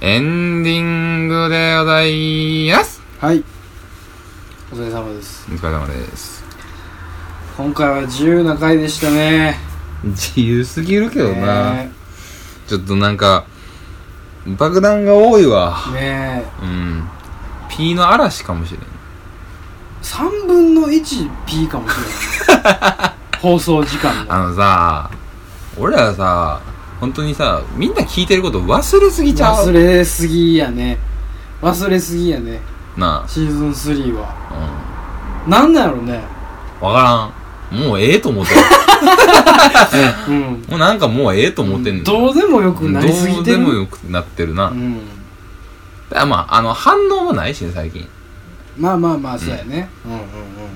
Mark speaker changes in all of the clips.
Speaker 1: エンディングでございます
Speaker 2: はいお疲れ様です
Speaker 1: お疲れ様です。
Speaker 2: 今回は自由な回でしたね
Speaker 1: 自由すぎるけどな。
Speaker 2: ね
Speaker 1: ちょっとなんか、爆弾が多いわ。
Speaker 2: えね
Speaker 1: うん。P の嵐かもしれん。
Speaker 2: え3分の 1P かもしれ ない放送時間の
Speaker 1: あのさ、俺らさ、本当にさ、みんな聞いてること忘れすぎちゃう。
Speaker 2: 忘れすぎやね忘れすぎやね
Speaker 1: な
Speaker 2: シーズン3は
Speaker 1: あ、
Speaker 2: なんなんやろね
Speaker 1: うん。わからん。もうええと思って
Speaker 2: うん
Speaker 1: る。もうなんかもうええと思ってんの。
Speaker 2: どうでもよくなりすぎ
Speaker 1: どう
Speaker 2: て
Speaker 1: で
Speaker 2: る
Speaker 1: もよくなってるな。
Speaker 2: うん
Speaker 1: あまあ、あの、反応もないしね、最近。
Speaker 2: まあまあまあそうやねうん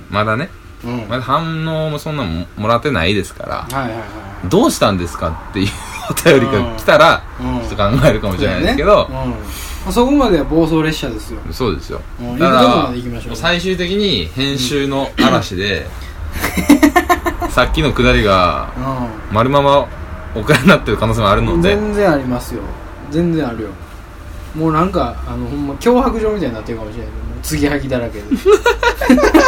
Speaker 1: まだね。
Speaker 2: うんうんうん
Speaker 1: ま
Speaker 2: はい
Speaker 1: だ反応もそんなももらってないですから、
Speaker 2: はいは
Speaker 1: どうしたんですかっていうお便りが来たら、
Speaker 2: いうん
Speaker 1: ちょっと考えるかもしれないですけど、
Speaker 2: そうだねうんまあそこまでは暴走列車ですよ
Speaker 1: そうですよ。
Speaker 2: もう
Speaker 1: だ
Speaker 2: いい
Speaker 1: か
Speaker 2: とこま
Speaker 1: ら、
Speaker 2: で行きましょ
Speaker 1: も
Speaker 2: う
Speaker 1: う最終的に編集の嵐で、 さっきのくだりが、
Speaker 2: う
Speaker 1: 丸ままお金になってる可能性もある
Speaker 2: ん
Speaker 1: ので、
Speaker 2: 全然ありますよ全然あるよもうなんかあのほんま脅迫状みたいになってるかもしれないけどもう継ぎはぎだらけ でい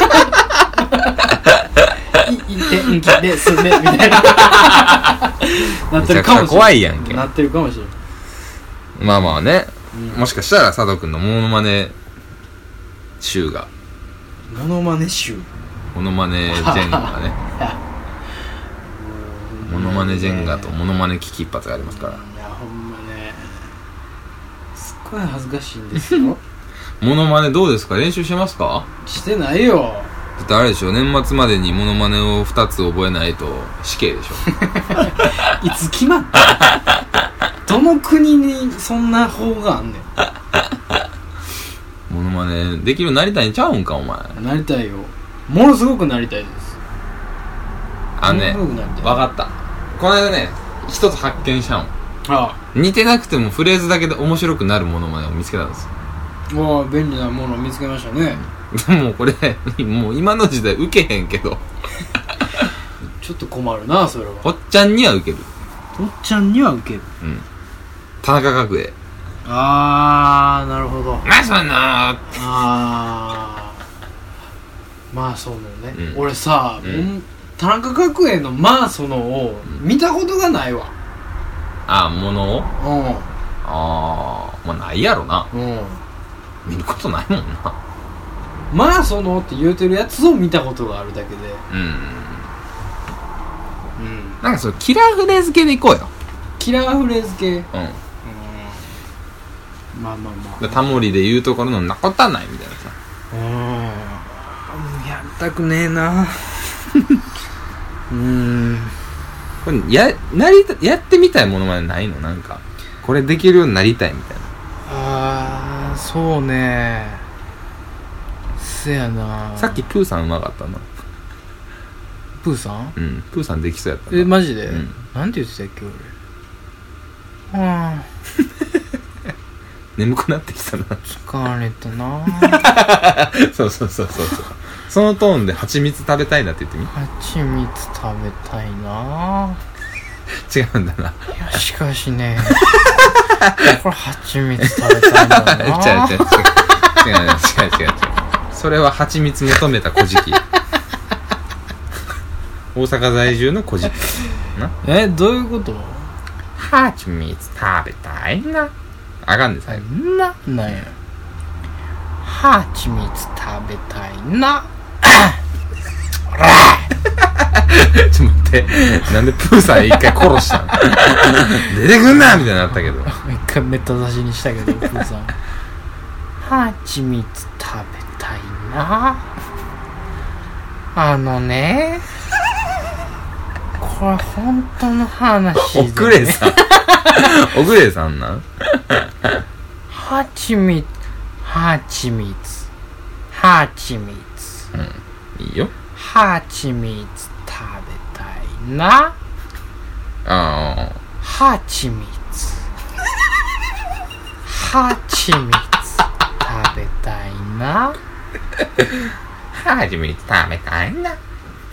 Speaker 2: い天気ですねみた いななって
Speaker 1: めちゃ
Speaker 2: るかもしれな
Speaker 1: くちゃ
Speaker 2: い
Speaker 1: 怖いやんけ
Speaker 2: なってるかもしれない
Speaker 1: まあまあね、
Speaker 2: うん
Speaker 1: もしかしたら佐藤くんのモノマネ集が、
Speaker 2: モノマネ集
Speaker 1: モノマネジェンガ ね、モノマネジェンガとモノマネ危機一発がありますから。
Speaker 2: いやほんまねすっごい恥ずかしいんですよ
Speaker 1: モノマネどうですか練習してますか
Speaker 2: してないよ
Speaker 1: だってあれでしょ年末までにモノマネを2つ覚えないと死刑で しょ
Speaker 2: いつ決まった どの国にそんな法があんね
Speaker 1: モノマネできるようになりたいんちゃうんかお前
Speaker 2: んなりたいよものすごくなりたいです
Speaker 1: あのね
Speaker 2: ものすごくなりた
Speaker 1: 分
Speaker 2: い
Speaker 1: かったこの間ね一つ発見したの
Speaker 2: あ
Speaker 1: 似てなくてもフレーズだけで面白くなるモノマネを見つけたんです
Speaker 2: あ便利なものを見つけましたね
Speaker 1: よ もうこれもう今の時代ウケへんけど
Speaker 2: ちょっと困るなそれは
Speaker 1: おっちゃんにはウケる
Speaker 2: おっちゃんにはウケる
Speaker 1: うん田中角栄
Speaker 2: ああなるほど
Speaker 1: 「なそんな
Speaker 2: あーまあそうだよね、
Speaker 1: うん
Speaker 2: 俺さ、
Speaker 1: うん
Speaker 2: ほん田中角栄の「まあその」を見たことがないわ
Speaker 1: あものを
Speaker 2: う
Speaker 1: ああまあないやろなん
Speaker 2: うん
Speaker 1: 見ることないもんな
Speaker 2: まあそのって言うてるやつを見たことがあるだけで
Speaker 1: うん
Speaker 2: うん
Speaker 1: なんかそのキラーフレーズ系でいこうよ
Speaker 2: キラーフレーズ系
Speaker 1: うん
Speaker 2: まあまあま
Speaker 1: タモリで言うところの「なことはない」みたいなさ
Speaker 2: うんやりたくねえな うん
Speaker 1: これやなりたやってみたいものまでないのなんかこれできるようになりたいみたいな
Speaker 2: ああそうねせやな
Speaker 1: さっきプーさんうまかったな
Speaker 2: プーさん
Speaker 1: うんプーさんできそうやったな
Speaker 2: えマジで、
Speaker 1: うん
Speaker 2: なんて言ってたっけ俺あ
Speaker 1: 眠くなってきたな
Speaker 2: あ疲れたな
Speaker 1: そうそうそうそうそうそのトーンで蜂蜜食べたいなって言ってみ
Speaker 2: 蜂蜜食べたい な
Speaker 1: 違うんだない
Speaker 2: やしかし ねこれ蜂蜜食べたいん だ
Speaker 1: 違う違う違う違う違う
Speaker 2: な
Speaker 1: 違う違う違うそれは蜂蜜求めた小じき大阪在住の小じきな
Speaker 2: えどういうこと
Speaker 1: ハチミツ食べたいな。あかんで、最後。
Speaker 2: ななんや蜂蜜食べたいな
Speaker 1: ちょっと待って。なんでプーさん一回殺した の出てくんなみたいになったけど。
Speaker 2: 一回めった刺しにしたけどプーさん蜂蜜食べたいなあのねこれ本当の話で、ね、
Speaker 1: 奥れさん。奥れさんなん
Speaker 2: 蜂蜜蜂蜜蜂蜜
Speaker 1: いいよ。
Speaker 2: 蜂蜜食べたいな
Speaker 1: あ
Speaker 2: 蜂蜜蜂蜜食べたいな
Speaker 1: あ。ハチミツ食べたいな。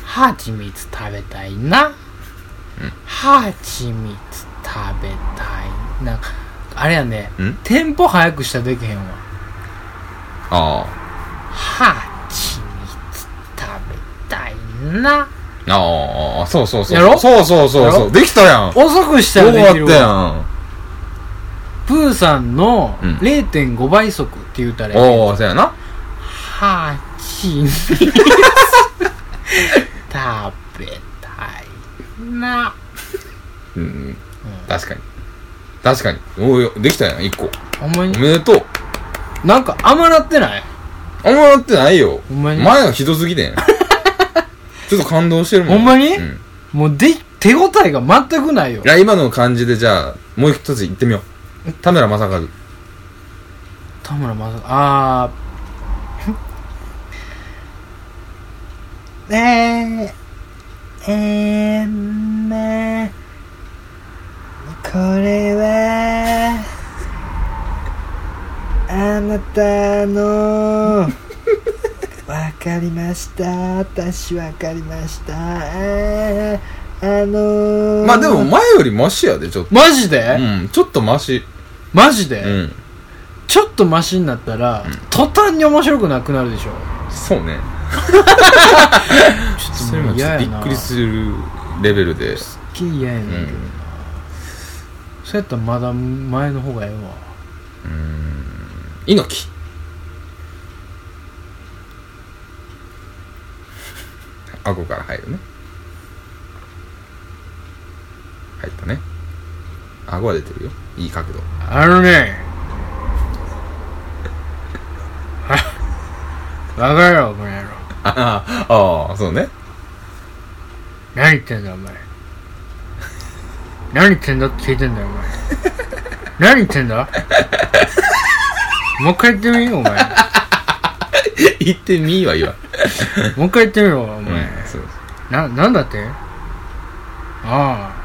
Speaker 2: 蜂蜜食べたいな蜂蜜食べたいなあれやね
Speaker 1: ん
Speaker 2: テンポ早くしたらできへんわ
Speaker 1: あ
Speaker 2: はちみつ食べたいな
Speaker 1: あ。ああ、そうそうそう。
Speaker 2: やろ
Speaker 1: そうそうそう
Speaker 2: や
Speaker 1: そ
Speaker 2: ろ
Speaker 1: う。できたやん。よ
Speaker 2: 遅くした
Speaker 1: からった
Speaker 2: できる
Speaker 1: や
Speaker 2: わ
Speaker 1: ん。
Speaker 2: プーさんの
Speaker 1: うん
Speaker 2: 0.5倍速って言うたらや
Speaker 1: おお、そうやな。
Speaker 2: はちみつ食べたいな
Speaker 1: うん。確かに。確かに。おおよ、できたやん、一個。
Speaker 2: ほんま
Speaker 1: お
Speaker 2: に
Speaker 1: めでとう。
Speaker 2: なんか甘なってない
Speaker 1: あんまなってないよ。
Speaker 2: ほんまに
Speaker 1: 前がひどすぎて ん。ちょっと感動してるもん。
Speaker 2: ほんまに
Speaker 1: うん。
Speaker 2: もうで手応えが全くないよ
Speaker 1: いや、今の感じでじゃあ、もう一つ行ってみよう。田村正和。
Speaker 2: 田村正和あーえー、えー、ねこれはあなたのわかりました私わかりましたあの
Speaker 1: まあでも前よりマシやで、ちょっと。
Speaker 2: マジで、
Speaker 1: うん、ちょっとマシ。
Speaker 2: マジで、
Speaker 1: うん。
Speaker 2: ちょっとマシになったら、途端に面白くなくなるでしょ
Speaker 1: そうね。
Speaker 2: ちょっ
Speaker 1: それもちょっとびっくりするレベルで。
Speaker 2: っげえ嫌やねんけどな、
Speaker 1: うん
Speaker 2: そうやったらまだ前の方がええわ
Speaker 1: 猪木。顎から入るね。入ったね。顎は出てるよ。いい角度。
Speaker 2: あのねわかるよお前やろ
Speaker 1: ああ、ああ、そうね。
Speaker 2: 何言ってんだお前何言ってんだって聞いてんだよお前何言ってんだもう一回言ってみよお前
Speaker 1: 言ってみーは言わん。
Speaker 2: もう一回言ってみろお前、
Speaker 1: うんそう
Speaker 2: な、なんだってああ。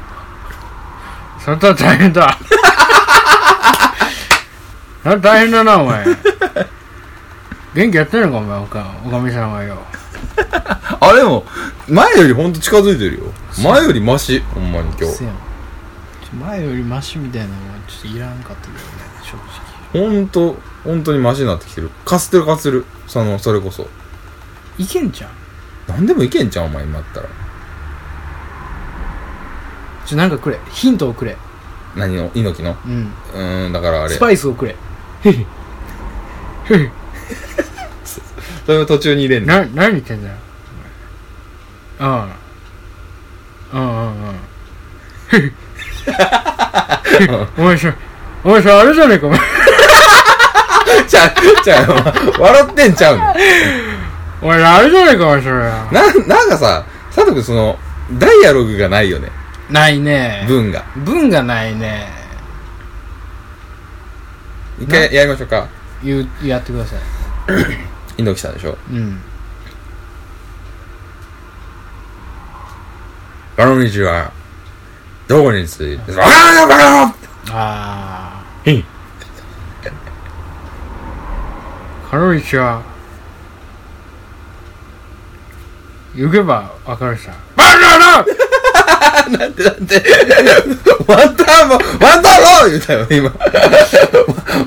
Speaker 2: それとは大変だ。 それは大変だな、お前。元気やってるのか、お前、おか、おかみさんはよ。
Speaker 1: あ、でも、前よりほんと近づいてるよ。前よりマシ。ほんまに今
Speaker 2: せ
Speaker 1: 日。
Speaker 2: やんちょ前よりマシみたいなのはちょっといらんかったけどね、正直。
Speaker 1: ほんと、ほんとにマシになってきてる。かすってるかすってる。その、それこそ。
Speaker 2: いけんじゃん。
Speaker 1: なんでもいけんじゃん、お前今やったら。
Speaker 2: ちょ、なんかくれ。ヒントをくれ。
Speaker 1: 何の猪木の
Speaker 2: うん。
Speaker 1: うーん、だからあれ。
Speaker 2: スパイスをくれ。へへ。へへ。
Speaker 1: それを途中に入れんの。
Speaker 2: な、何言ってんだよ。ああ。うんうんうん。 お前さ、お前さ、あれじゃねえか、お前。
Speaker 1: ちゃう、ちゃう、笑ってんちゃう の。
Speaker 2: お前さ、あれじゃねえか、お前、それ。
Speaker 1: な、なんかさ、佐藤くんその、ダイアログがないよね。
Speaker 2: ないね。
Speaker 1: 文が。
Speaker 2: 文がないね。
Speaker 1: 一回やりましょうか。
Speaker 2: 言う、やってください。
Speaker 1: 猪木さんでしょ。
Speaker 2: うん。
Speaker 1: この道は、どこについて、わからんのかよ
Speaker 2: ああ。
Speaker 1: へい。
Speaker 2: この道は、行けば分かるさ。バカだ
Speaker 1: なんてなんて。ワンタンも、ワンタンロー言うたよ、今。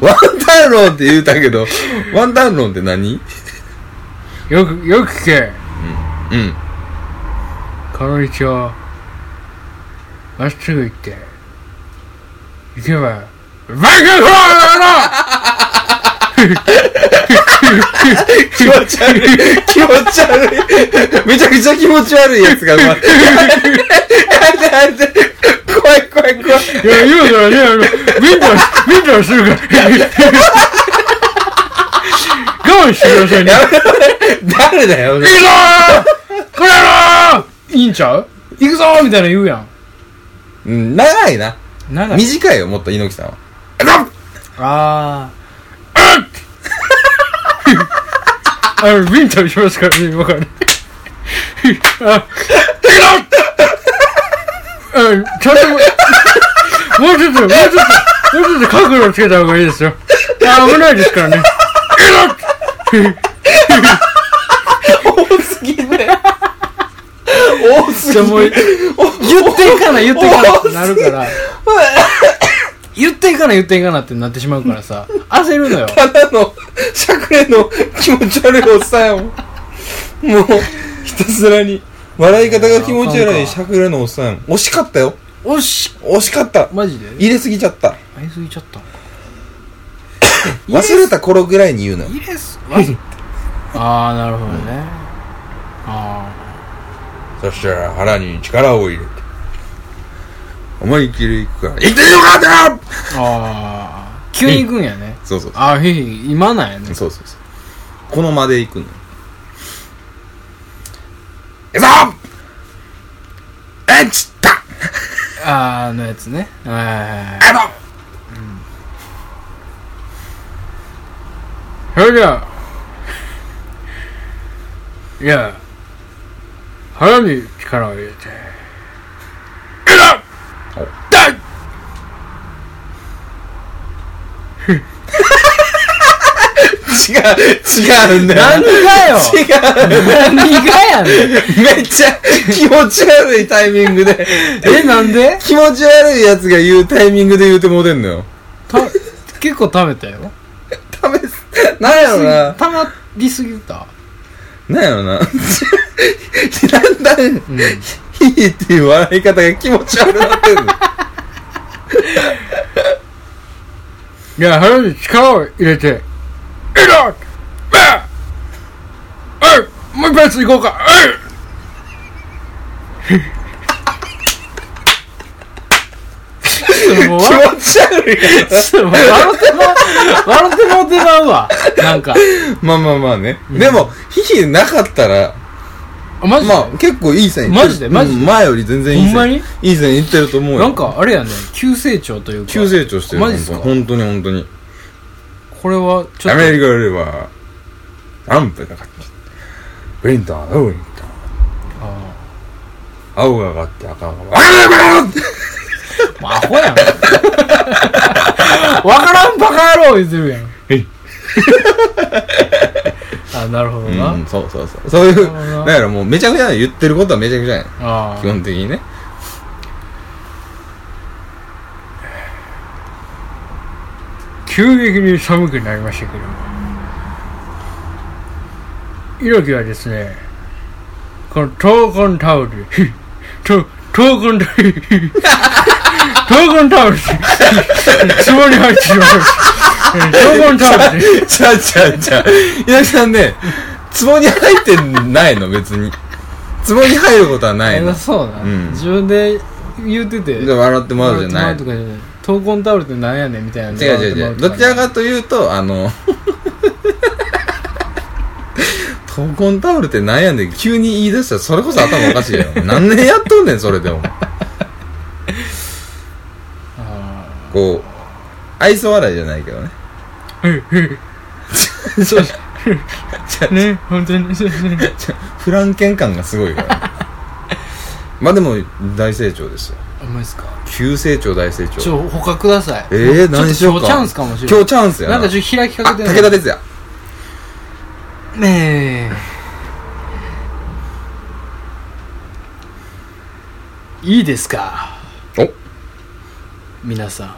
Speaker 1: ワンタンローって言うたけど、ワンタンローって何
Speaker 2: な よく、よく聞け。
Speaker 1: うん。
Speaker 2: この道をまっすぐ行って行けばバカ
Speaker 1: 気持ち悪い。気持ち悪い。めちゃくちゃ気持ち悪いやつが生まれて。やだやだ怖い怖い怖い。
Speaker 2: 野郎いや今からねあのビンタビンタするから我慢してくださいね
Speaker 1: やめろ誰だよ。
Speaker 2: 行くぞーこれやろーいいんちゃう行くぞーみたいな言うやん
Speaker 1: うん長いな。
Speaker 2: 長
Speaker 1: 短いよ、もっと猪木さんは。
Speaker 2: あああのビンタしますからね今からねああちゃんともうちょっともうちょっともうちょっと角度をつけた方がいいですよあ危ないですからね
Speaker 1: 多すぎね。多す
Speaker 2: じゃあもう言っていかない言っていかないってなるから言っていかな言っていかなってなってしまうか らさ、焦るのよ。
Speaker 1: ただの、しゃくれの気持ち悪いおっさんやもん。もう、ひたすらに。笑い方が気持ち悪いしゃくれのおっさん。惜しかったよ。
Speaker 2: おし、
Speaker 1: 惜しかった。
Speaker 2: マジで
Speaker 1: 入れすぎちゃった。
Speaker 2: 入れすぎちゃったのか。
Speaker 1: 忘れた頃ぐらいに言うのよ。
Speaker 2: 入れす、忘れ ああ、なるほどね。あ
Speaker 1: そしたら腹に力を入れて。思いっきり行くから、行ってよかった
Speaker 2: あ、ああ、急に行くんやね。
Speaker 1: そうそう
Speaker 2: ああ、ひひ、今なんやね。
Speaker 1: そうそうそう。この間で行くのよ。行くぞえっちった
Speaker 2: ああ、のやつね。はいはいはい
Speaker 1: あの
Speaker 2: それじゃあ、いや、腹に力を入れて、
Speaker 1: だい違う、違うんだよ。
Speaker 2: 何がよ
Speaker 1: 違う。
Speaker 2: 何がやねん
Speaker 1: めっちゃ気持ち悪いタイミングで。
Speaker 2: え、なんで
Speaker 1: 気持ち悪いやつが言うタイミングで言うてもうてんのよ。
Speaker 2: た、結構食べたよ。
Speaker 1: ダメっす。なんやろな。
Speaker 2: たまりすぎた。
Speaker 1: なんやろな。だんだん、
Speaker 2: うん。
Speaker 1: ヒーっていう笑い方が気持ち悪くなってん の。
Speaker 2: いや、腹に力を入れて、いろっおいもう一発行こうか おいもう
Speaker 1: 気
Speaker 2: 笑
Speaker 1: 持ち悪いやつ。
Speaker 2: 笑ってまう、笑ってもうてまうわ。なんか。
Speaker 1: まあまあまあね。でも、ヒヒなかったら、
Speaker 2: あマジで、
Speaker 1: まあ結構いい線いってる
Speaker 2: マジでマジで
Speaker 1: うん前より全然いい線。
Speaker 2: ほんまに
Speaker 1: いい線いってると思うよ。
Speaker 2: なん、かあれやね、急成長というか。
Speaker 1: 急成長してる。
Speaker 2: マジっすか
Speaker 1: 本当に本当に。
Speaker 2: これは、ちょ
Speaker 1: ア
Speaker 2: っ
Speaker 1: メリカよりは、ランプなかった。ウィンター、ウィンター。
Speaker 2: と、あ
Speaker 1: 青が上がって赤が上がって。
Speaker 2: ーもうアホやん。 わからんバカ野郎言ってるやん
Speaker 1: えい。
Speaker 2: あ、なるほどな。
Speaker 1: うん、そうそうそう。そういう、だからもうめちゃくちゃなの言ってることはめちゃくちゃやね
Speaker 2: あ
Speaker 1: 基
Speaker 2: ー
Speaker 1: 本的にね。
Speaker 2: 急激に寒くなりましたけども。猪木はですね、この闘魂タオル、 と闘魂タオル、 闘魂タオル、つぼに入ってしまいました。闘魂タオルで
Speaker 1: ちゃうちゃうちゃう。稲木さんね、壺に入ってないの、別に。壺に入ることはないの。
Speaker 2: そうな、
Speaker 1: うん
Speaker 2: 自分で言ってて
Speaker 1: で笑ってもらうじゃない。
Speaker 2: とかじゃない闘魂タオルってなんやねんみたいな
Speaker 1: 違う違う違う。どちらかというと、あの、闘魂タオルってなんやねん。急に言い出したら、それこそ頭おかしいよ。 何年やっとんねん、それでも。
Speaker 2: あ
Speaker 1: こう、愛想笑いじゃないけどね。
Speaker 2: ー そうね本当にそう そう
Speaker 1: フランケン感がすごいから、 ね。まあでも、大成長ですよ。
Speaker 2: あんまりですか
Speaker 1: 急成長、大成
Speaker 2: ち
Speaker 1: 長。
Speaker 2: ょ他ください
Speaker 1: えー、何しよう
Speaker 2: ち
Speaker 1: か。
Speaker 2: ょっと今日チャンスかもしれない
Speaker 1: 今日チャンスやな。
Speaker 2: なんかちょっと開きか
Speaker 1: あ、
Speaker 2: け
Speaker 1: 武
Speaker 2: て
Speaker 1: 田鉄矢。
Speaker 2: すねえいいですか
Speaker 1: お
Speaker 2: 皆さん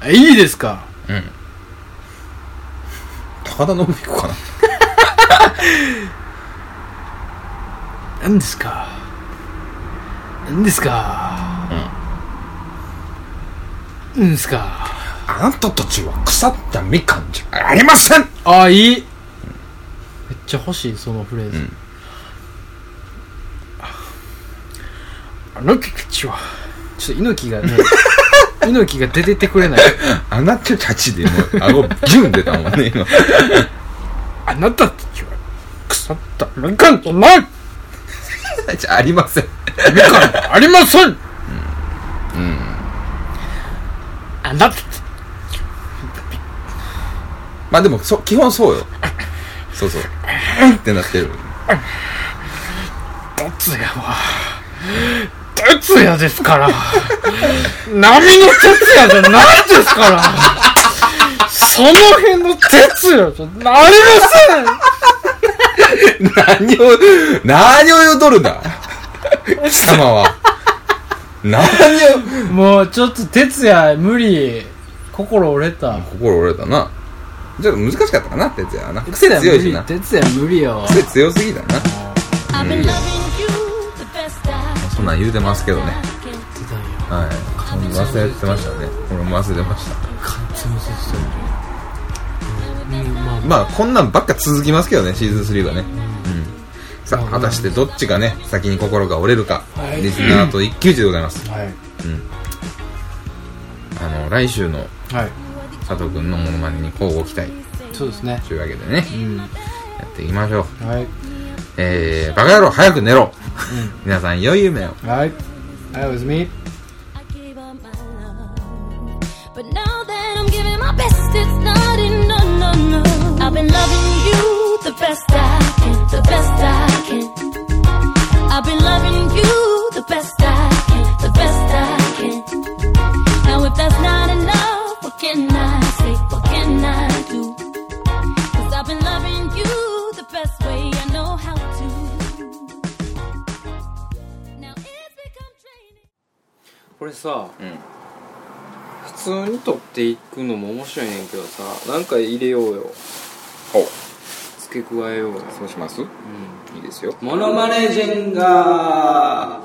Speaker 2: あいいですか
Speaker 1: 高田信彦かな
Speaker 2: 何ですか何ですかうんですか
Speaker 1: あなたたちは腐ったみかんじゃありません
Speaker 2: あいいめっちゃ欲しいそのフレーズ、
Speaker 1: ん
Speaker 2: あの人たちはちょっと猪木 がね猪木が出てってくれない
Speaker 1: あなたたちでもう、顎ギュン出たもんね、今。
Speaker 2: あなたたちは腐ったみかんじゃないみ
Speaker 1: じゃありません。
Speaker 2: かんはありません、うん、あなたたち
Speaker 1: まあでも、そ、基本そうよ。そうそう。ってなってる。
Speaker 2: 達也は、達也ですから、波の達也じゃないですから、その辺の達也じゃなり
Speaker 1: 何を、何を言うとるんだ貴様は。何を
Speaker 3: もうちょっと哲也無理心折れた
Speaker 1: 心折れたなちょっと難しかったかな哲也はな
Speaker 3: 哲也
Speaker 1: 強い
Speaker 3: 無
Speaker 1: し
Speaker 3: 理
Speaker 1: な
Speaker 3: 哲也無理よ
Speaker 1: 癖強すぎたな
Speaker 4: I've been loving you the best I
Speaker 1: そんなん言うてますけどね
Speaker 4: can.
Speaker 1: はい忘れてましたね俺も忘れてました
Speaker 5: 全然そうまあ
Speaker 1: まあこんなんばっか続きますけどねシーズン3はねうんさあ果たしてどっちがね先に心が折れるか、
Speaker 5: はい
Speaker 1: リスナーと一騎打ちでございます
Speaker 5: はい
Speaker 1: あの来週の
Speaker 5: はい
Speaker 1: 佐藤君のモノマネに交互期待
Speaker 5: そうですね
Speaker 1: というわけでね、やっていきましょう
Speaker 5: はい
Speaker 1: えー、バカ野郎早く寝ろ、皆さん良い夢を
Speaker 5: はいはいおやすみ
Speaker 4: I gave up my love. But now that I'm giving my best, it's not enough, no, no. I've been loving you the best I can, the best I can. I've been loving you the best I can, the best I can. Now if that's not enough, what can I say? What can I do? Cause I've been loving you the best way I know how to. Now it's become training.
Speaker 2: これさ、
Speaker 1: ん
Speaker 2: 普通に撮っていくのも面白いねんけどさなんか入れようよ
Speaker 1: お
Speaker 2: 付け加えようよ
Speaker 1: そうします、いいですよ
Speaker 2: モノマネ人が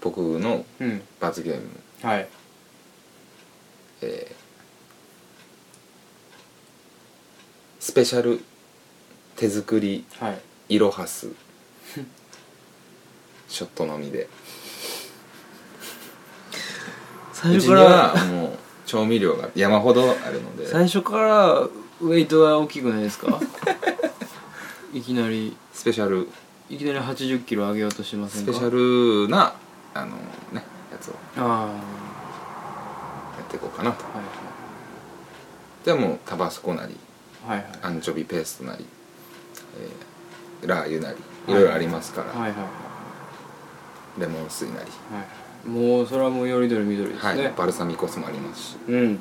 Speaker 1: 僕の
Speaker 2: うん
Speaker 1: 罰ゲーム
Speaker 2: はい
Speaker 1: えースペシャル手作り
Speaker 2: はい
Speaker 1: いろは すショットのみで
Speaker 2: 最
Speaker 1: うちに
Speaker 2: 初か
Speaker 1: は
Speaker 2: ら
Speaker 1: もう調味料が山ほどあるので
Speaker 2: 最初からウェイトが大きくないですかいきなり
Speaker 1: スペシャル
Speaker 2: いきなり8 0キロ上げようとしてませ
Speaker 1: ス
Speaker 2: んか
Speaker 1: ペシャルなあのねやつを
Speaker 2: あ
Speaker 1: やっていこうかなと
Speaker 2: あは
Speaker 1: でもうタバスコなり
Speaker 2: いはいはい
Speaker 1: アンチョビペーストなり、えーラー油なりいろいろありますから、
Speaker 2: はいはいはい
Speaker 1: レモン水なり、
Speaker 2: はいもうそれはもうよりどりみどりです
Speaker 1: はい
Speaker 2: ね、
Speaker 1: バルサミコ酢もありますし
Speaker 2: うん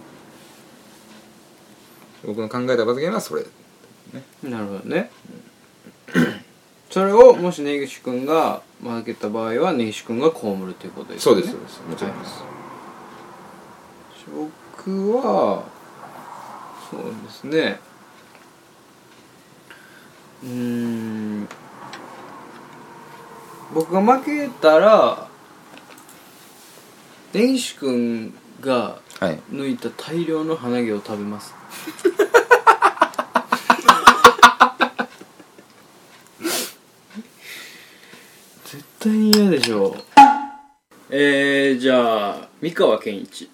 Speaker 1: 僕の考えた罰ゲームはそれ
Speaker 2: なるほどねそれをもし根岸君が負けた場合は根岸君が被るということです
Speaker 1: そ
Speaker 2: よ
Speaker 1: うで
Speaker 2: ね
Speaker 1: すそうですもちろんです、
Speaker 2: 僕はそうですねうーん僕が負けたら根岸君が
Speaker 1: はい、
Speaker 2: 抜いた大量の鼻毛を食べます 絶対に嫌でしょえー、じゃあ三河健一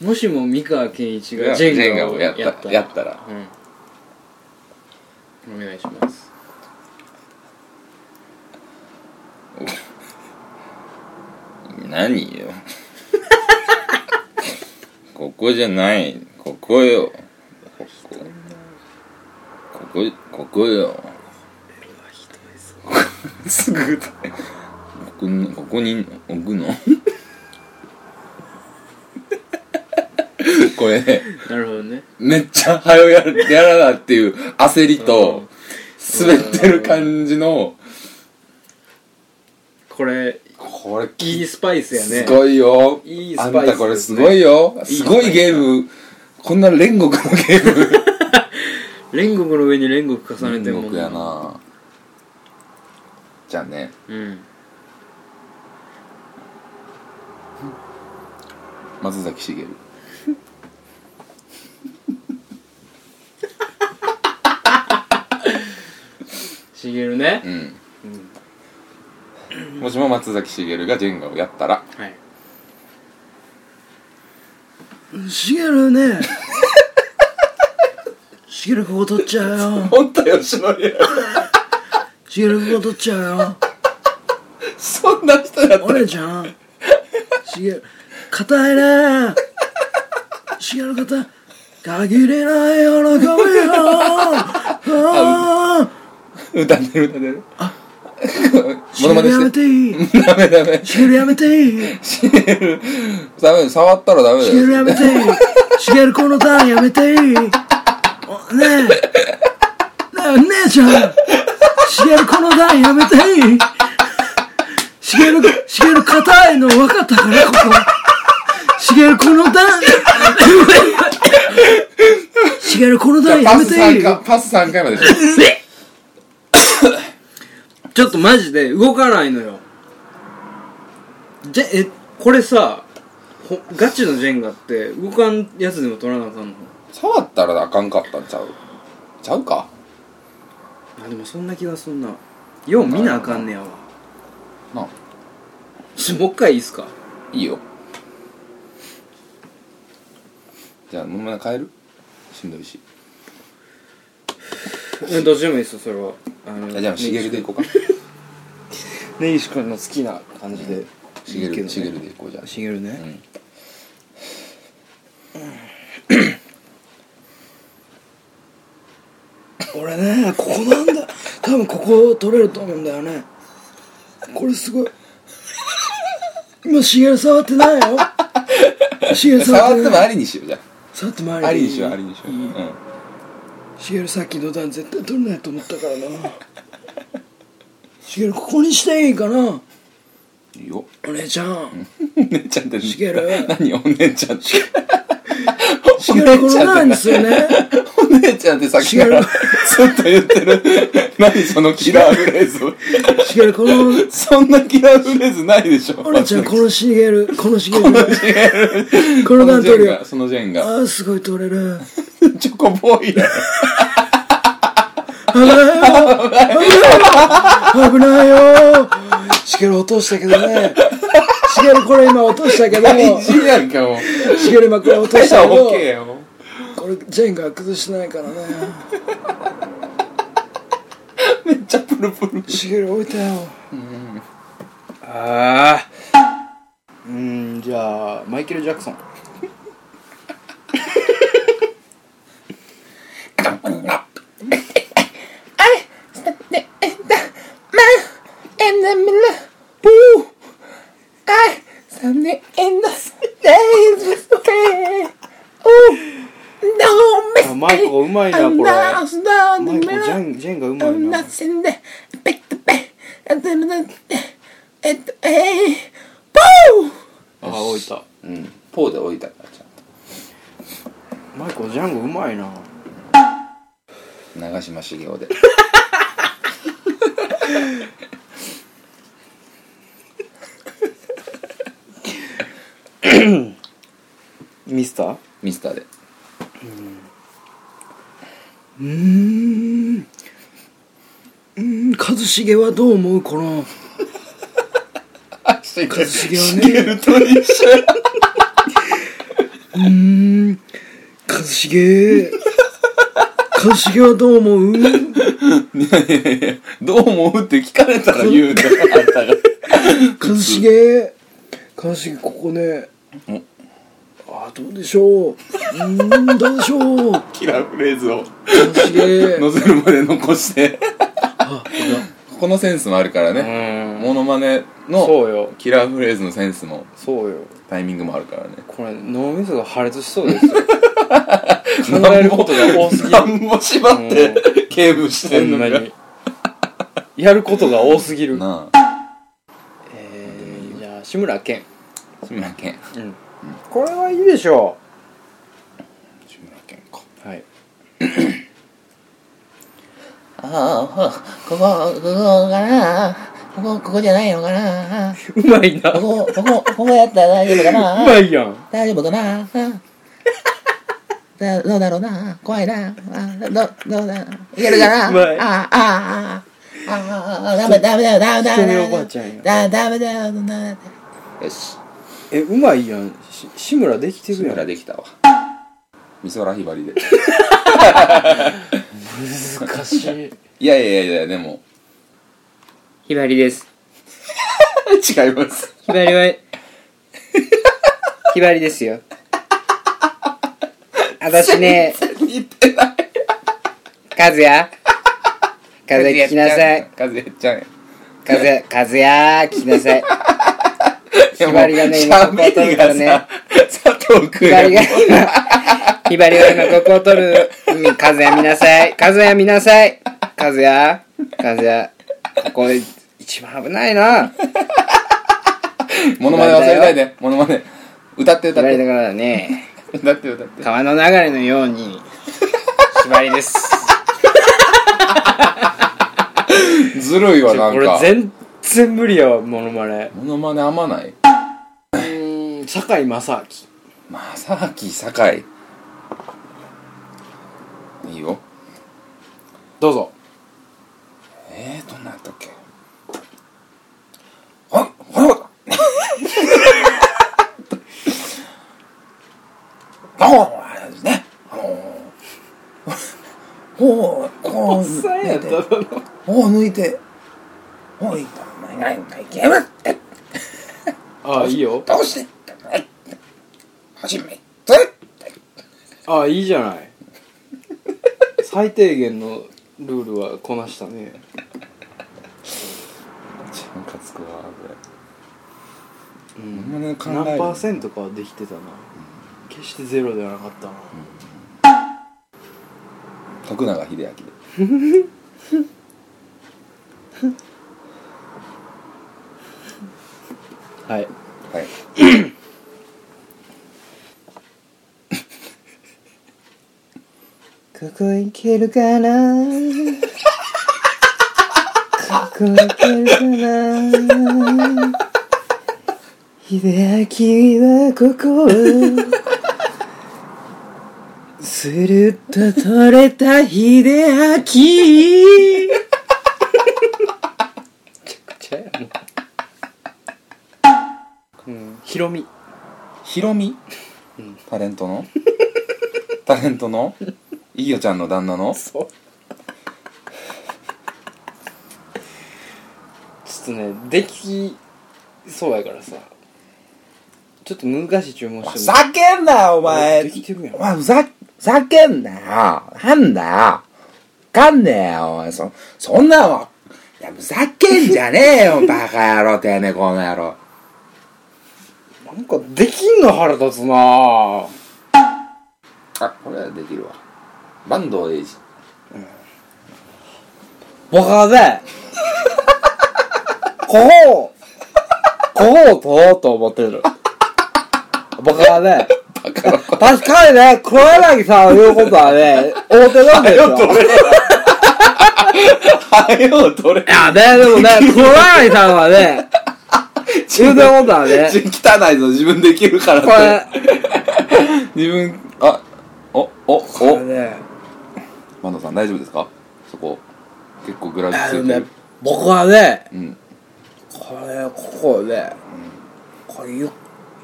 Speaker 2: もしも三河健一がジェンガをやったら
Speaker 1: やったら
Speaker 2: うん、お願いします
Speaker 6: 何よ ここじゃないここよここここここよすぐだここにここに置 くのこれね
Speaker 2: なるほどね
Speaker 6: めっちゃ早やるやらなっていう焦りと滑ってる感じの
Speaker 2: これ
Speaker 6: これ
Speaker 2: いいスパイスやね
Speaker 6: すごいよ。
Speaker 2: いいスパ
Speaker 6: あ
Speaker 2: イ
Speaker 6: ん
Speaker 2: スですね
Speaker 6: たこれすごいよ。すごいゲーム。こんな煉獄のゲーム。
Speaker 2: 煉獄の上に煉獄重ねてる
Speaker 6: 煉
Speaker 2: もん
Speaker 6: 獄やな。じゃあね、
Speaker 2: うん
Speaker 6: 松崎しげる。
Speaker 2: しげるね
Speaker 6: うん。もしも松崎しげるがジェンガをやったら、
Speaker 2: はいしげるねしげるここ取っちゃうよ
Speaker 6: 本当よしのりや。
Speaker 2: しげるここ取っちゃうよ
Speaker 6: そんな人やった。
Speaker 2: 俺ちゃんしげる硬いねしげる硬い限りない喜びよああ
Speaker 6: 歌ってる歌ってる。モノマネ
Speaker 2: やめ
Speaker 6: して。
Speaker 2: ていい
Speaker 6: ダメダメ。
Speaker 2: しげるやめていい
Speaker 6: しげる。ダメ、触ったらダメだ
Speaker 2: しげる
Speaker 6: よ。
Speaker 2: やめていいしげるこのターンやめていいおねえねえ姉ちゃんしげるこのターンやめていいしげるしげる硬いの分かったからここしげるこのターンしげるこのターンや
Speaker 1: パ
Speaker 2: め
Speaker 1: ス
Speaker 2: てい
Speaker 1: 3
Speaker 2: い
Speaker 1: 回、パス3回までしょ。
Speaker 2: ちょっとマジで動かないのよじゃえこれさほガチのジェンガって動かんやつでも取らなあかんの
Speaker 1: 触ったらあかんかったんちゃうちゃうか
Speaker 2: あでもそんな気がすんなよう見なあかんねやわ
Speaker 1: なあ
Speaker 2: ちょもう一回いいっすか
Speaker 1: いいよ。じゃあ、もうま帰るしんどいし。
Speaker 2: うんどっちでもいいっすよそれはあの
Speaker 1: いやじゃあ、しげるで行こうか。
Speaker 2: 根岸君の好きな感じで
Speaker 1: しげる、しげるで行こうじゃあ。
Speaker 2: しげるね、俺ねここなんだ多分ここ取れると思うんだよねこれすごい今しげる触ってないよしげる触
Speaker 1: 触
Speaker 2: っ
Speaker 1: ってても
Speaker 2: な
Speaker 1: あ
Speaker 2: い
Speaker 1: りにしようじゃ
Speaker 2: 触ってもあ
Speaker 1: あ。ありにしよう、
Speaker 2: い
Speaker 1: ありにしよう。う
Speaker 2: いい
Speaker 1: ん。
Speaker 2: しげるさっきの段絶対取れないと思ったからなしげるここにしていいかない
Speaker 1: いよ。
Speaker 2: お姉ちゃん
Speaker 1: お姉ちゃんって
Speaker 2: しげる
Speaker 1: 何お姉ちゃんって
Speaker 2: しげるこれないんですよね
Speaker 1: お姉ちゃんってさっきからずっと言ってる何そのキラーフレーズ
Speaker 2: しげるこの
Speaker 1: そんなキラーフレーズないでしょ
Speaker 2: お姉ちゃんこのしげるこのしげる
Speaker 1: そ
Speaker 2: この
Speaker 1: の
Speaker 2: 段
Speaker 1: ジェ
Speaker 2: 取
Speaker 1: ン
Speaker 2: るよ
Speaker 1: ガそのジェン
Speaker 2: あ
Speaker 1: ガ
Speaker 2: ーすごい取れる
Speaker 1: チョコボーイや
Speaker 2: 危ないよ危ないよしげる落としたけどねしげるこれ今落としたけど
Speaker 1: 大事やんかもう
Speaker 2: しげる今これ落と
Speaker 1: 大
Speaker 2: し
Speaker 1: したた
Speaker 2: けど
Speaker 1: オッケーよ
Speaker 2: これジェンが崩してないからね
Speaker 1: めっちゃプルプル
Speaker 2: しげる置いたよああうんじゃあマイケル・ジャクソンあマイコうまいなこれマイコジャンジェンがうまいなあ置いた
Speaker 1: うんポーで置いたからちゃ
Speaker 2: マイコジャンゴうまいなん
Speaker 1: と長嶋茂 雄で
Speaker 2: ミスター
Speaker 1: ミスターで
Speaker 2: うーんうーん一茂はどう思うこの
Speaker 1: し
Speaker 2: 一茂は
Speaker 1: げ
Speaker 2: ね
Speaker 1: ると一緒や
Speaker 2: うーん一茂一茂はどう思う
Speaker 1: いやいやいや どう思うって聞かれたら言うてあんたが
Speaker 2: 一茂一茂ここねあーどうでしょううーんどうでしょう
Speaker 1: キラーフレーズを
Speaker 2: 一茂
Speaker 1: 載せるまで残 してこのセンスもあるからねモノマネの
Speaker 2: うよ
Speaker 1: キラーフレーズのセンスも
Speaker 2: そうよ
Speaker 1: タイミングもあるからね
Speaker 2: これ脳みそが破裂しそ うですよ
Speaker 1: 考
Speaker 2: えることが多すぎる
Speaker 1: なんぼ縛って警部してんのか
Speaker 2: やることが多すぎる
Speaker 1: な
Speaker 2: えー、じゃあ志村けん
Speaker 1: あ志村けん
Speaker 2: これはいいでしょ
Speaker 1: 志村けんか
Speaker 2: うはい
Speaker 7: ああ、ほら、ここ、ここかなここ、ここじゃないのかな
Speaker 2: うまいな
Speaker 7: こ
Speaker 2: う
Speaker 7: こ、ここ、ここやったら大丈夫かな
Speaker 2: まいやん
Speaker 7: 大丈夫かなだどうだろうな怖いなあど、どうだいけるか
Speaker 2: うまい
Speaker 7: なああ、ああ、ああ、ダメダメだよ、ダメだよ、ダメだ
Speaker 2: 人
Speaker 7: よ
Speaker 2: のおばあちゃんや
Speaker 7: だダメだよ、ダメだよ。
Speaker 1: よし
Speaker 2: えうまいやんし志村できて
Speaker 1: 志
Speaker 2: るやん
Speaker 1: 村できたわ美空ひばりで
Speaker 2: 難しい
Speaker 1: いやいやいやでも
Speaker 2: ひばりです
Speaker 1: 違います
Speaker 2: ひばりはひばりですよ私ね
Speaker 1: 似てない
Speaker 2: 和也和也聞きなさい
Speaker 1: 風邪ちゃんや
Speaker 2: 和也和也聞きなさい
Speaker 1: ひ
Speaker 2: ばりがね今ここを通るからね
Speaker 1: 佐藤君
Speaker 2: ひばりが
Speaker 1: や
Speaker 2: 今
Speaker 7: ひばりは今ここを取る。うん和也見なさい。和也見なさい。和也。和也。ここ一番危ないな。
Speaker 1: モノマネ忘れないで、モノマネ。歌って歌っ
Speaker 7: ひばりだ
Speaker 1: て。
Speaker 7: からね、
Speaker 1: 歌って歌って。
Speaker 7: 川の流れのように、ひばりです。
Speaker 1: ずるいわ、なん
Speaker 7: 俺
Speaker 1: か。
Speaker 7: 全然無理やわ、モノマネ。
Speaker 1: モノマネあんまない。
Speaker 7: うん、坂井正
Speaker 1: まさき、酒井。いいよ。
Speaker 7: 明。どうぞ。
Speaker 1: えー、どんなんやったっけあ、ほらあ、あれですね。あのー、ほう、こう、抜いて、ほう抜いて、ほういった、ないないない、ゲームって、
Speaker 7: ああ、いいよ。
Speaker 1: どうして、え初めて、
Speaker 7: ああ、いいじゃない。 最低限のルールはこなしたね。
Speaker 1: ちゃんかつくわ、これ。
Speaker 7: うん
Speaker 1: ほんまに考える
Speaker 7: 何パーセントかはできてたな、決してゼロではなかったな、
Speaker 1: 徳永英明で。
Speaker 7: はい
Speaker 1: はい。
Speaker 7: ここいけるかなここいけるかな秀明はここをするっと取れた秀明めちゃくちゃやもん、うん、ひろみ
Speaker 1: ひろみ、タレントの タレントのいいよちゃんの旦那の
Speaker 7: そうちょっとねできそうやからさちょっと難しい注文しても
Speaker 1: けんなよお
Speaker 7: できてるやん
Speaker 1: お前ふざふざけんなよなんだよわかんねえよお前そそんなのいやふざけんじゃねえよ バカ野郎てめえこの野郎
Speaker 7: なんかできんの腹立つなぁ
Speaker 1: あこれはできるわ坂東栄治僕はね
Speaker 7: ここをここを取ろうと思ってる僕はね確かにね黒柳さんを言うことはね大手なんですよ
Speaker 1: はよ取れ
Speaker 7: いやねでも ね黒柳さんはね言うてることは
Speaker 1: 汚
Speaker 7: ね
Speaker 1: いぞ自分できるからっ
Speaker 7: これ
Speaker 1: て自分あおおお
Speaker 7: これね
Speaker 1: マンドさん大丈夫ですかそこ結構グラフ
Speaker 7: あ
Speaker 1: つ
Speaker 7: の
Speaker 1: いて
Speaker 7: ね
Speaker 1: る、
Speaker 7: 僕はね、
Speaker 1: うん
Speaker 7: これ、ここをね、これゆっ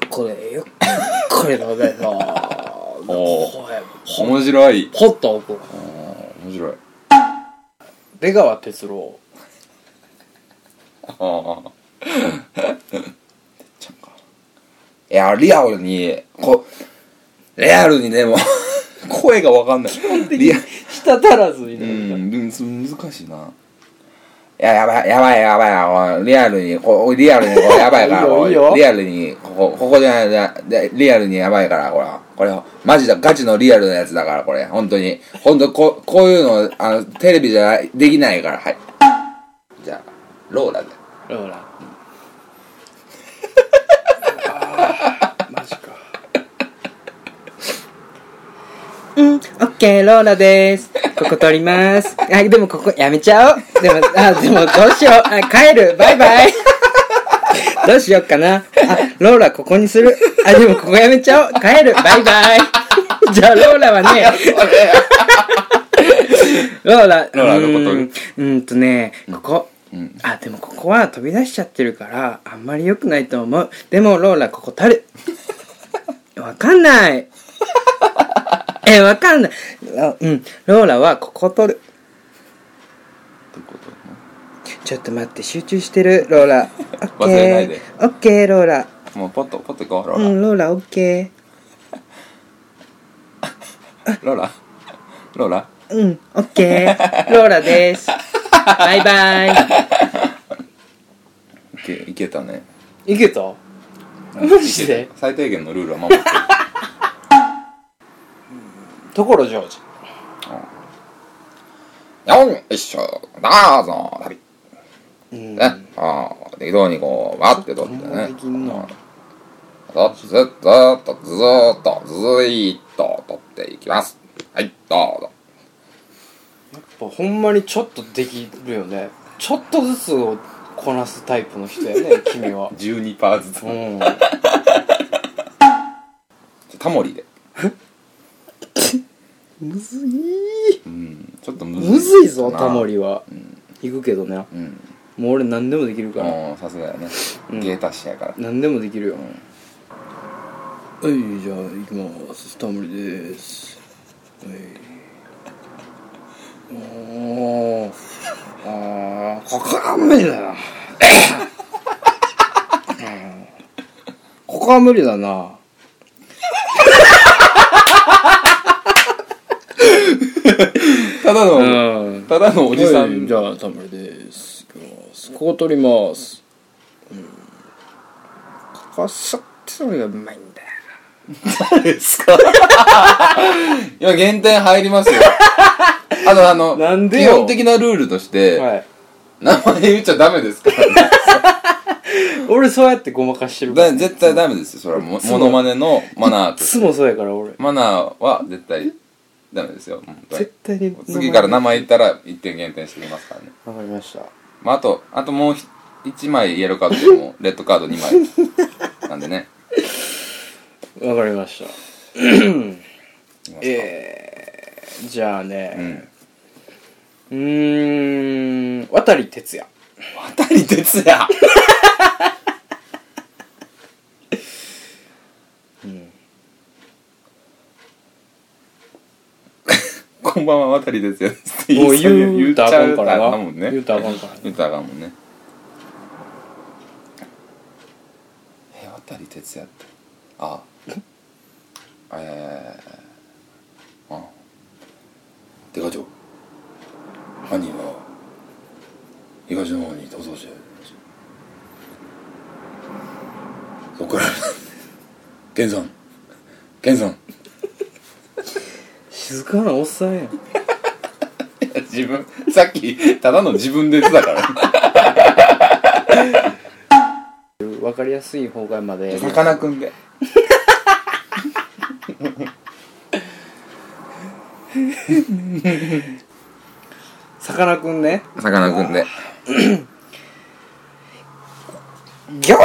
Speaker 7: これゆっくりのね、そう
Speaker 1: おお
Speaker 7: これ、ほ、
Speaker 1: 面白い
Speaker 7: ほっと置く。
Speaker 1: 面白い
Speaker 7: 出川哲郎。
Speaker 1: ああちゃんかいやリアルにこリアルにでも 声がわかんないリア
Speaker 7: 舌足らずに
Speaker 1: う
Speaker 7: ね。
Speaker 1: んでもそれ難しいないややばいやばいやばいなおいリアルにこリアルにこれやばいから
Speaker 7: いいよ
Speaker 1: おい
Speaker 7: いいよ
Speaker 1: リアルにここここじゃないじゃでリアルにやばいからこれこれマジだガチのリアルなやつだからこれ本当に本当ここういうのあのテレビじゃないできないからはいじゃあローラで
Speaker 7: ほら。マジか。うん、オッケー、ローラです。ここ取 ります。あ、でもここやめちゃおう。でも、あ、でもどうしよう。あ、帰る。バイバ イ。どうしよっかな。あ、ローラここにする。あ、でもここやめちゃおう。帰る。バイバイ。 じゃあ、ローラはね、ローラ、
Speaker 1: ローラのこと
Speaker 7: うーんうんとね、ここ。
Speaker 1: うん
Speaker 7: あ、でもここは飛び出しちゃってるから、あんまり良くないと思う。でも、ローラ、こ こたる。わかんない。え、わかんない。あうん、ローラはここ取る。ちょっと待って、集中してる、ロ ーラ。オッ
Speaker 1: 忘れないで
Speaker 7: ケー。オッケー、ローラ。
Speaker 1: もうポッとポッといこうロ
Speaker 7: う
Speaker 1: ー
Speaker 7: ん、ローラ、オッケ
Speaker 1: ラ、ローラローラ
Speaker 7: ー。うん、オッケ ー。ローラです。バイバイ。
Speaker 1: いけいけたね
Speaker 7: いけたマジで
Speaker 1: 最低限のルールは守ってる
Speaker 7: う所ジョージ
Speaker 1: よいしょ、だーぞ、旅。
Speaker 7: うん
Speaker 1: ね。ああ、適当にこう、わーって取ってね。
Speaker 7: きんの
Speaker 1: とずっと、ずっと、ずーっと、ずーっと取っていきます。はい、どうぞ。
Speaker 7: ほんまにちょっとできるよねちょっとずつをこなすタイプの人やね君は
Speaker 1: 12%ずつ
Speaker 7: う。ん
Speaker 1: タモリで。
Speaker 7: むずい
Speaker 1: うん、ちょっとむ
Speaker 7: むずいぞタモ
Speaker 1: リ。
Speaker 7: リは行くけどね
Speaker 1: うん。
Speaker 7: もう俺何でもできるから
Speaker 1: もう、さすがやね
Speaker 7: うん。
Speaker 1: 芸達者やから。
Speaker 7: 何でもできるよ
Speaker 2: はいじゃあ行きますタモリです
Speaker 7: おーあーここは無理だなうんここは無理だな
Speaker 1: ただ
Speaker 7: う
Speaker 1: の、
Speaker 7: ん
Speaker 1: ただのおじさ
Speaker 2: はい
Speaker 1: ん
Speaker 2: じ。ゃあタモリです行きますここ取ります
Speaker 7: こそってそれがうまいんだよ
Speaker 1: いや、減点入り ますよ。あと、あの、
Speaker 7: なんで
Speaker 1: 基
Speaker 7: よ
Speaker 1: 本的なルールとして、
Speaker 7: はい
Speaker 1: 名前言っちゃダメですからね。
Speaker 7: 俺そうやってごまかしてるから
Speaker 1: だ 絶対ダメですよそれはもモノマネのマナー
Speaker 7: い
Speaker 1: として
Speaker 7: つもそうやから俺
Speaker 1: マナーは絶対ダメですよ本当に
Speaker 7: 絶対に
Speaker 1: 次から名前言ったら1点減点してきますからね、
Speaker 7: わかりました
Speaker 1: まあ、あとあともうひ1枚イエローカードでもレッドカード2枚なんでね
Speaker 7: わかりました
Speaker 1: いきますか
Speaker 7: えー、じゃあ
Speaker 1: う
Speaker 7: ね
Speaker 1: ん
Speaker 7: うーん渡哲也
Speaker 1: 渡哲也こんばんは渡哲也ですって
Speaker 7: もう
Speaker 1: いそう
Speaker 7: 言うたらあかんからな
Speaker 1: 言っちゃうもんね
Speaker 7: 言うたらあかんから
Speaker 1: 言うたらあかんもんねえ渡哲也ってああえー、あ出課長犯人は東の方に逃走してそこから健さん健さん
Speaker 7: 静かなおっさんやん
Speaker 1: 自分さっきただの自分で言ってたから
Speaker 7: わかりやすい方がまで
Speaker 1: さかなクンで。
Speaker 7: さかなクンね
Speaker 1: さかなクンで。
Speaker 7: ギョギョー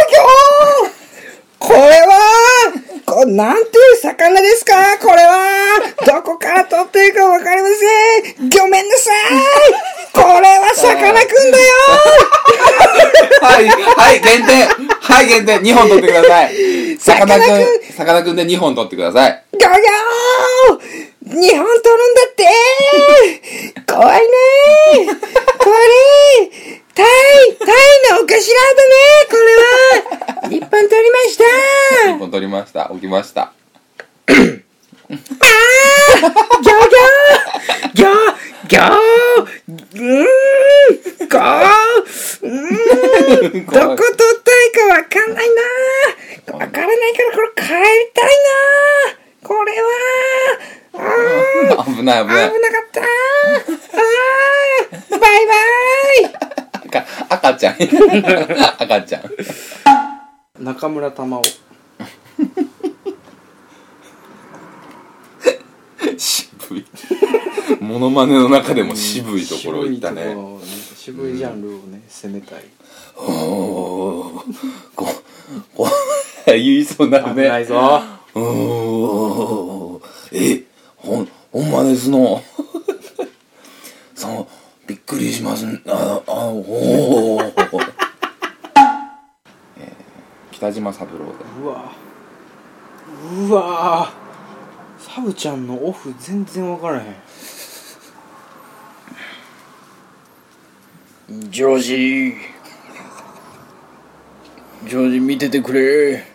Speaker 7: これはこなんていう魚ですかこれはどこから取っているかわかりませんごめんなさいこれはさかなクンだ
Speaker 1: は
Speaker 7: よ
Speaker 1: い、はい、限定はい、限定 !2 本取ってくださいさかなクン、さかなクンで2本取ってください。
Speaker 7: ギョギョー日本取るんだって怖いねこれタイタイのお頭だねこれは日本取りました
Speaker 1: 1本取りました。起きました。
Speaker 7: ギョギョーギョーギョーうーんゴーうーんどこ取ったらいいかわかんないなわからないからこれ帰りたいなこれはあー
Speaker 1: 危ない危
Speaker 7: 危
Speaker 1: な
Speaker 7: ないか。ったあーバイバ
Speaker 1: 赤、赤 ちゃん。赤ちゃん。
Speaker 7: イ中村玉緒
Speaker 1: 渋い。モノマネの中でも渋いところいったね。
Speaker 7: 渋いジャンルをね攻めたい
Speaker 1: おー。こ、こ、 言いそうになるね。
Speaker 7: ないぞ
Speaker 1: おーえほんほんまですのそのびっくりしますんああおお、えー、北島三郎で
Speaker 7: うわうわサブちゃんのオフ全然分からへん
Speaker 2: ジョージジョージ見ててくれ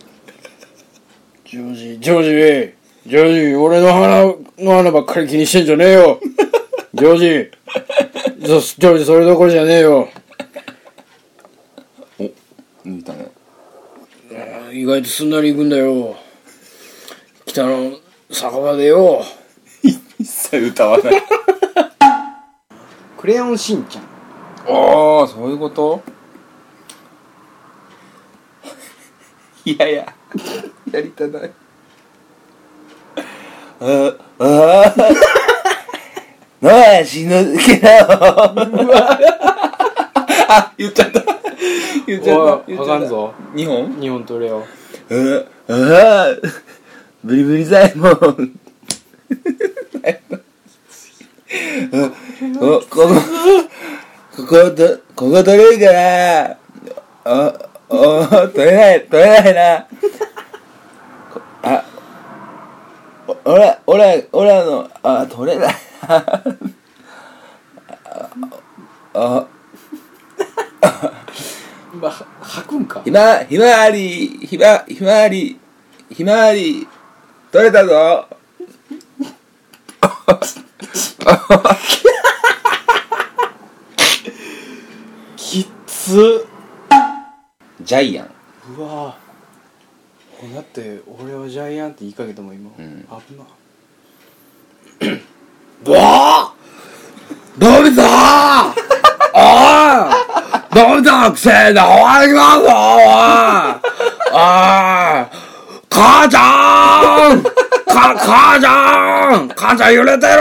Speaker 2: ジョージジョージジョージ俺の花の花ばっかり気にしてんじゃねえよジョージそジョージそれどころじゃねえよ
Speaker 1: 抜いたね
Speaker 2: 意外とすんなり行くんだよ北の酒場でよ
Speaker 1: 一切歌わない
Speaker 2: クレヨンしんちゃん
Speaker 1: ああそういうこといやいややりたないああノアしのけだあ言っちゃった言っちゃった
Speaker 2: おいあかんぞ
Speaker 1: 日本
Speaker 2: 日本とレオ
Speaker 1: うんうんブリブリザイモン。お、ここ、ここ、と、ここ取れるから、お、お、取れない、取れないな。こあ、おおら、おら、おらの、あ、取れない。あ、あ、
Speaker 2: 今吐くんか
Speaker 1: ひま、ひまわり、ひま、ひまわり、ひまわり、取れたぞ。
Speaker 2: きっつ
Speaker 1: ジャイアン。
Speaker 2: うわぁだって俺はジャイアンって言いかけたもん今、
Speaker 1: ん
Speaker 2: 危な
Speaker 1: どうどうみさおいどうみさのくせに終わりますぞおいおい母ちゃんか母ちゃん母ちゃん揺れてるよ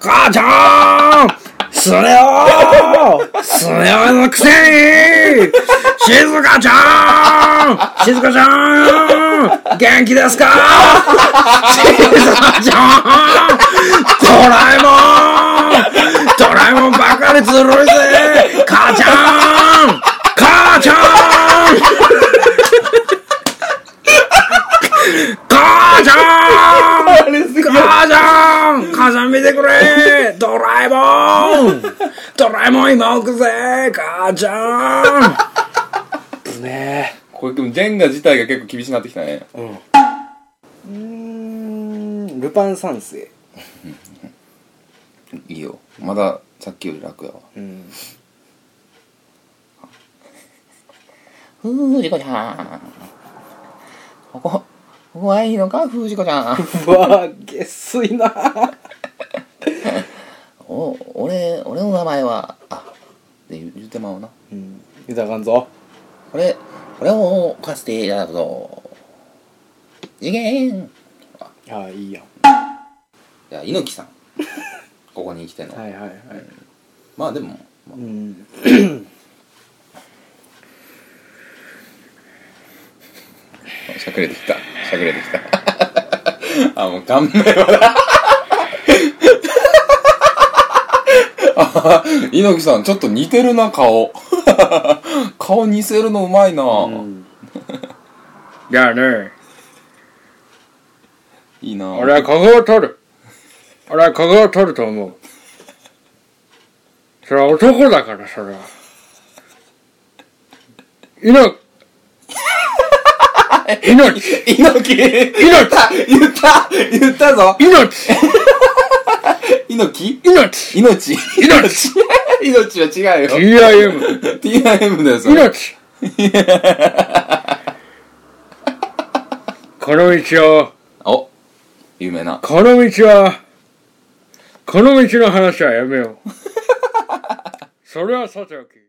Speaker 1: 母ちゃんすねよすねよのくせに静かちゃん静かちゃん元気ですか静かちゃんドラえもんドラえもんばかりずるいぜ母ちゃん母ちゃん母ちゃん母ちゃん母ちゃん見てくれドラえもんドラえもん今置くぜ母ちゃん
Speaker 2: いね
Speaker 1: これでもジェンガ自体が結構厳しくなってきたね
Speaker 2: うーんルパン三世
Speaker 1: いいよまださっきより楽やわ
Speaker 2: うん
Speaker 8: ふうじこちゃん。ここ、ここはいいのか、ふうじこちゃん。
Speaker 2: うわぁ下水なぁ
Speaker 8: お、俺、俺の名前は、あ、で言言ってまうな。
Speaker 2: うん言うたらあかんぞ
Speaker 8: これ、これを置かせていただくぞ。次元
Speaker 2: ああいいや
Speaker 1: いや猪木さんここに来てんの、
Speaker 2: はいはいはい
Speaker 1: まあでも、まあ
Speaker 2: うん
Speaker 1: しゃくれてきたしゃくれてきた あもう顔面は だあ猪木さんちょっと似てるな顔 顔似せるのうまいな、
Speaker 6: じゃあね、
Speaker 1: いいな
Speaker 6: 俺はここを取る。俺はここを取ると思う。それは男だから、それは。 猪木命
Speaker 1: 猪木
Speaker 6: 猪木
Speaker 1: 言った言ったぞ
Speaker 6: 命
Speaker 1: 猪木
Speaker 6: 命
Speaker 1: 命命 命は違うよ
Speaker 6: TIM
Speaker 1: TIM だよそれ
Speaker 6: 命この道を
Speaker 1: お有名な
Speaker 6: この道はこの道の話はやめようそれはさておき